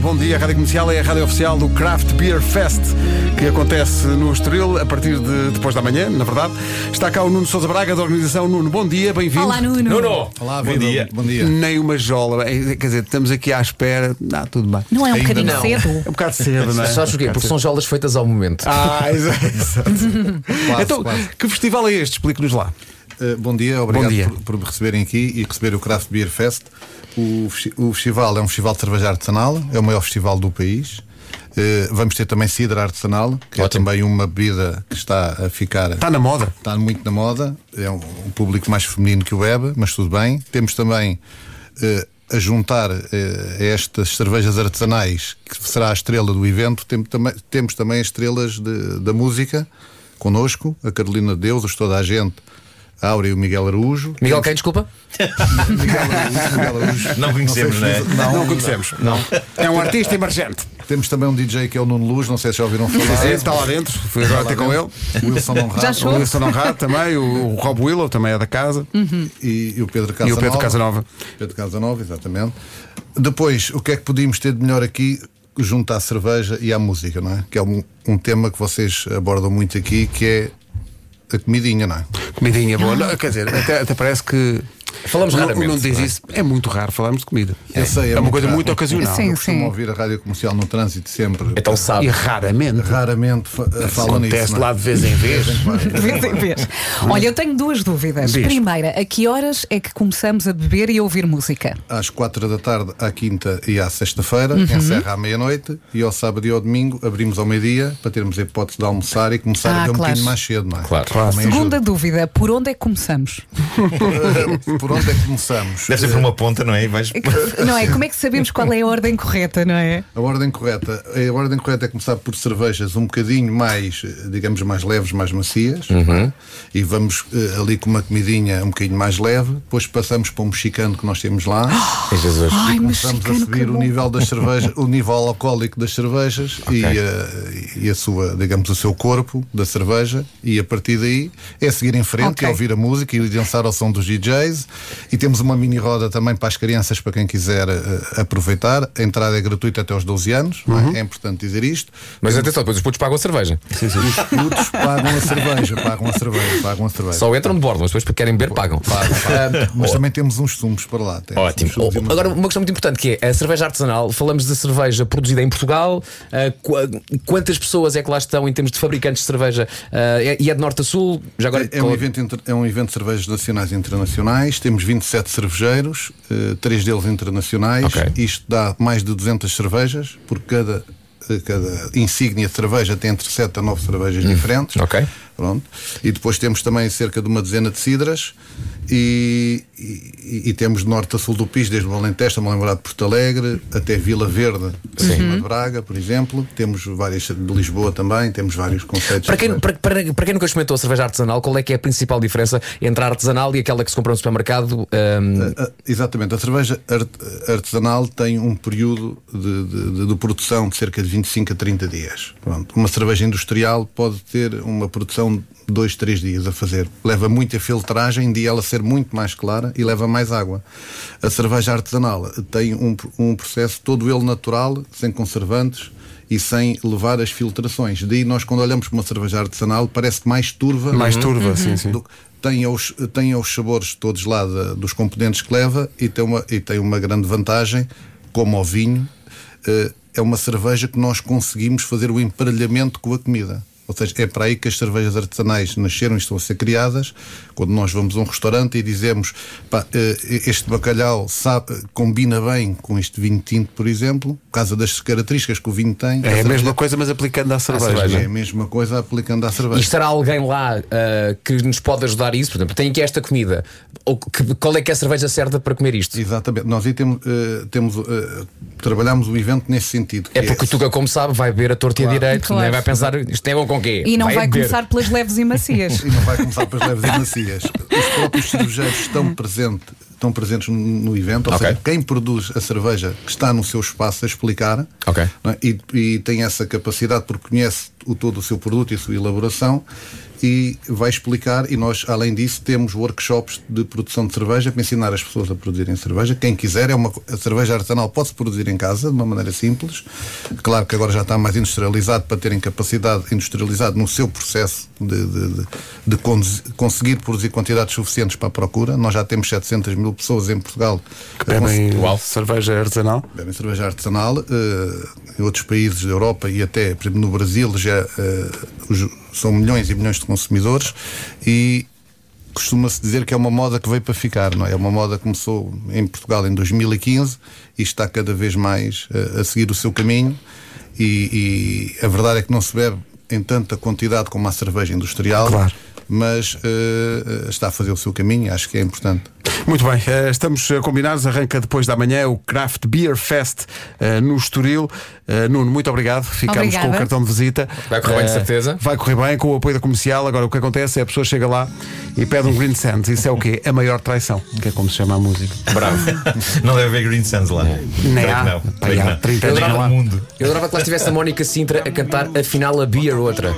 bom dia. A Rádio Comercial é a rádio oficial do Craft Beer Fest, que acontece no Estoril a partir de depois da manhã, na verdade. Está cá o Nuno Sousa Braga, da organização Nuno. Bom dia, bem-vindo. Olá, Nuno. Nuno! Olá, Bom vida. dia. Bom dia. Nem uma jola. Eh, Quer dizer, estamos aqui à espera. Ah, tudo bem. Não é um Ainda bocadinho não. É cedo? um bocado cedo, não é? Sabes porquê? Porque são jolas feitas ao momento. Ah, exato. exato. Quase, então, quase. que festival é este? Explique-nos lá. Eh, bom dia, obrigado dia. Por, por me receberem aqui e receber o Craft Beer Fest. O, festi- o festival é um festival de cerveja artesanal, é o maior festival do país. Eh, vamos ter também cidra artesanal, que Ótimo. é também uma bebida que está a ficar. Está na moda. Está muito na moda, é um, um público mais feminino que o bebe, mas tudo bem. Temos também eh, a juntar eh, a estas cervejas artesanais, que será a estrela do evento, tem- também- temos também as estrelas de- da música connosco, a Carolina Deuses, toda a gente, a Áurea e o Miguel Araújo. Miguel, quem desculpa? Miguel Araújo, Miguel Araújo. Não conhecemos, sei se- né? Não, Não conhecemos. Não. É um artista emergente. Temos também um DJ que é o Nuno Luz, não sei se já ouviram falar. Sim, Ah, é? está lá dentro. Fui agora ter com ele. Wilson Honrado. Já chegou? O Wilson Honrado também, o, o Rob Willow também é da casa. e, e o Pedro Casanova. E o Pedro Casanova. Pedro Casanova, exatamente. Depois, o que é que podíamos ter de melhor aqui junto à cerveja e à música, não é? Que é um, um tema que vocês abordam muito aqui, que é a comidinha, não é? Comidinha Ah. boa. Não, quer dizer, até, até parece que. Falamos não, raramente, Não diz não é? isso. É muito raro falarmos de comida. Eu sei, é uma muito coisa raro. muito ocasional. Sim. Eu costumo ouvir a rádio comercial no trânsito sempre. Então E sabe. raramente. Uhum. Raramente fa- falam nisso. Acontece não é? lá de vez em vez. De vez em vez. Olha, eu tenho duas dúvidas. Diz. Primeira, a que horas é que começamos a beber e a ouvir música? Às quatro da tarde, à quinta e à sexta-feira, Uhum. encerra à meia-noite e ao sábado e ao domingo abrimos ao meio-dia para termos a hipótese de almoçar e começar Ah, até um claro. bocadinho mais cedo, não é? Claro. Claro. Também ajuda. Segunda dúvida, por onde é que começamos? Por onde é que começamos? Deve ser por uma ponta, não é? E vais. É que- Não é? Como é que sabemos qual é a ordem correta, não é? A ordem correta. A ordem correta é começar por cervejas um bocadinho mais, eh, digamos, mais leves, mais macias. Uhum. né? E vamos eh, ali com uma comidinha um bocadinho mais leve. Depois passamos para um mexicano que nós temos lá. Ah, Ai, Jesus. Ai, mas Começamos a chicano, que subir o bom. nível das cervejas, o nível alcoólico das cervejas e, eh, e a sua, digamos, o seu corpo da cerveja e a partir daí é seguir em frente, Ok. é ouvir a música e dançar ao som dos DJs e temos uma mini roda também para as crianças para quem quiser eh, aproveitar. A entrada é gratuita até aos 12 anos, não é? Uhum. é importante dizer isto. Mas atenção, depois os putos pagam a cerveja. Os putos pagam a cerveja, pagam a cerveja, pagam a cerveja. Só entram de bordo, mas depois porque querem beber, pagam. Pagam, pagam. Ah, Mas também temos uns sumos para lá. temos Ótimo. uns sumos e Oh, umas Agora, uma questão muito importante que é a cerveja artesanal. Falamos de cerveja produzida em Portugal. ah, qua- quantas pessoas é que lá estão em termos de fabricantes de cerveja? Ah, é- e é de norte a sul? Já agora. É, é um evento, inter- é um evento de cervejas nacionais e internacionais. Temos 27 cervejeiros, eh, três deles internacionais. Ok. Isto dá mais de 200 cervejas, porque cada, eh, cada insígnia de cerveja tem entre 7 a 9 cervejas diferentes. Hum. ok. Pronto. E depois temos também cerca de uma dezena de cidras e, e- e temos de norte a sul do Pis, desde o Alentejo, estamos a lembrar de Porto Alegre, até Vila Verde, acima de Braga, por exemplo. Temos várias de Lisboa também, temos vários conceitos. Para quem, de- para, para, para quem nunca experimentou a cerveja artesanal, qual é que é a principal diferença entre a artesanal e aquela que se compra no supermercado? Ah, Ah, Exatamente, a cerveja art- artesanal tem um período de, de- de produção de cerca de 25 a 30 dias. Pronto. Uma cerveja industrial pode ter uma produção de 2, 3 dias a fazer. Leva muita filtragem de ela ser muito mais clara e leva mais água. A cerveja artesanal tem um, pr- um processo todo ele natural, sem conservantes e sem levar as filtrações. Daí nós, quando olhamos para uma cerveja artesanal, parece mais turva Uhum. Mais turva, sim, sim. do- tem os, tem os sabores todos lá da- dos componentes que leva e tem uma, e tem uma grande vantagem, como o vinho, eh, é uma cerveja que nós conseguimos fazer o emparelhamento com a comida. Ou seja, é para aí que as cervejas artesanais nasceram e estão a ser criadas. Quando nós vamos a um restaurante e dizemos "Pá, eh, este bacalhau sabe- combina bem com este vinho tinto, por exemplo, por causa das características que o vinho tem. É a cerveja- mesma coisa, mas aplicando à cerveja. cerveja. é a mesma coisa aplicando à cerveja. E estará alguém lá ah, que nos pode ajudar a isso? Por exemplo, tem aqui esta comida. Ou que- qual é que é a cerveja certa para comer isto? Exatamente. Nós aí temos, eh, temos eh, trabalhamos o evento nesse sentido. que É porque o Tuga, como sabe, vai beber a torta e a Claro. direito, Claro. nem vai pensar isto é bom com quê? E não vai, beber. começar pelas leves e macias. E não vai começar pelas leves e macias. Os próprios cervejeiros estão, presente, estão presentes no, no evento, ou Ok. seja, quem produz a cerveja que está no seu espaço a explicar Ok. não é? e, e tem essa capacidade porque conhece o todo o seu produto e a sua elaboração e vai explicar. E nós, além disso, temos workshops de produção de cerveja para ensinar as pessoas a produzirem cerveja. Quem quiser, é uma, co- a cerveja artesanal pode-se produzir em casa de uma maneira simples. Claro que agora já está mais industrializado para terem capacidade industrializada no seu processo de, de- de- de conduzi- conseguir produzir quantidades suficientes para a procura. Nós já temos 700 mil pessoas em Portugal que Bebem cerveja artesanal. Bebem cerveja artesanal. eh, em outros países da Europa e até, por exemplo, no Brasil, já eh, os- são milhões e milhões de consumidores e costuma-se dizer que é uma moda que veio para ficar, não é? É uma moda que começou em Portugal em 2015 e está cada vez mais eh, a seguir o seu caminho. E, e a verdade é que não se bebe em tanta quantidade como a cerveja industrial, Claro. mas eh, eh, está a fazer o seu caminho, acho que é importante. Muito bem, eh, estamos eh, combinados. Arranca depois da manhã o Craft Beer Fest eh, no Estoril. Eh, Nuno, muito obrigado. Ficamos Obrigada. com o cartão de visita. Vai correr bem, de Eh, certeza. Vai correr bem com o apoio da comercial. Agora, o que acontece é a pessoa chega lá e pede um Green Sands. Isso é o quê? A maior traição, que é como se chama a música. Bravo. não deve haver Green Suns lá. Nem Creio há. que Não. Pá, Creio que há não. 30 Creio que anos não lá. há mundo. Eu adorava que lá estivesse a Mónica Sintra a cantar afinal a beer outra.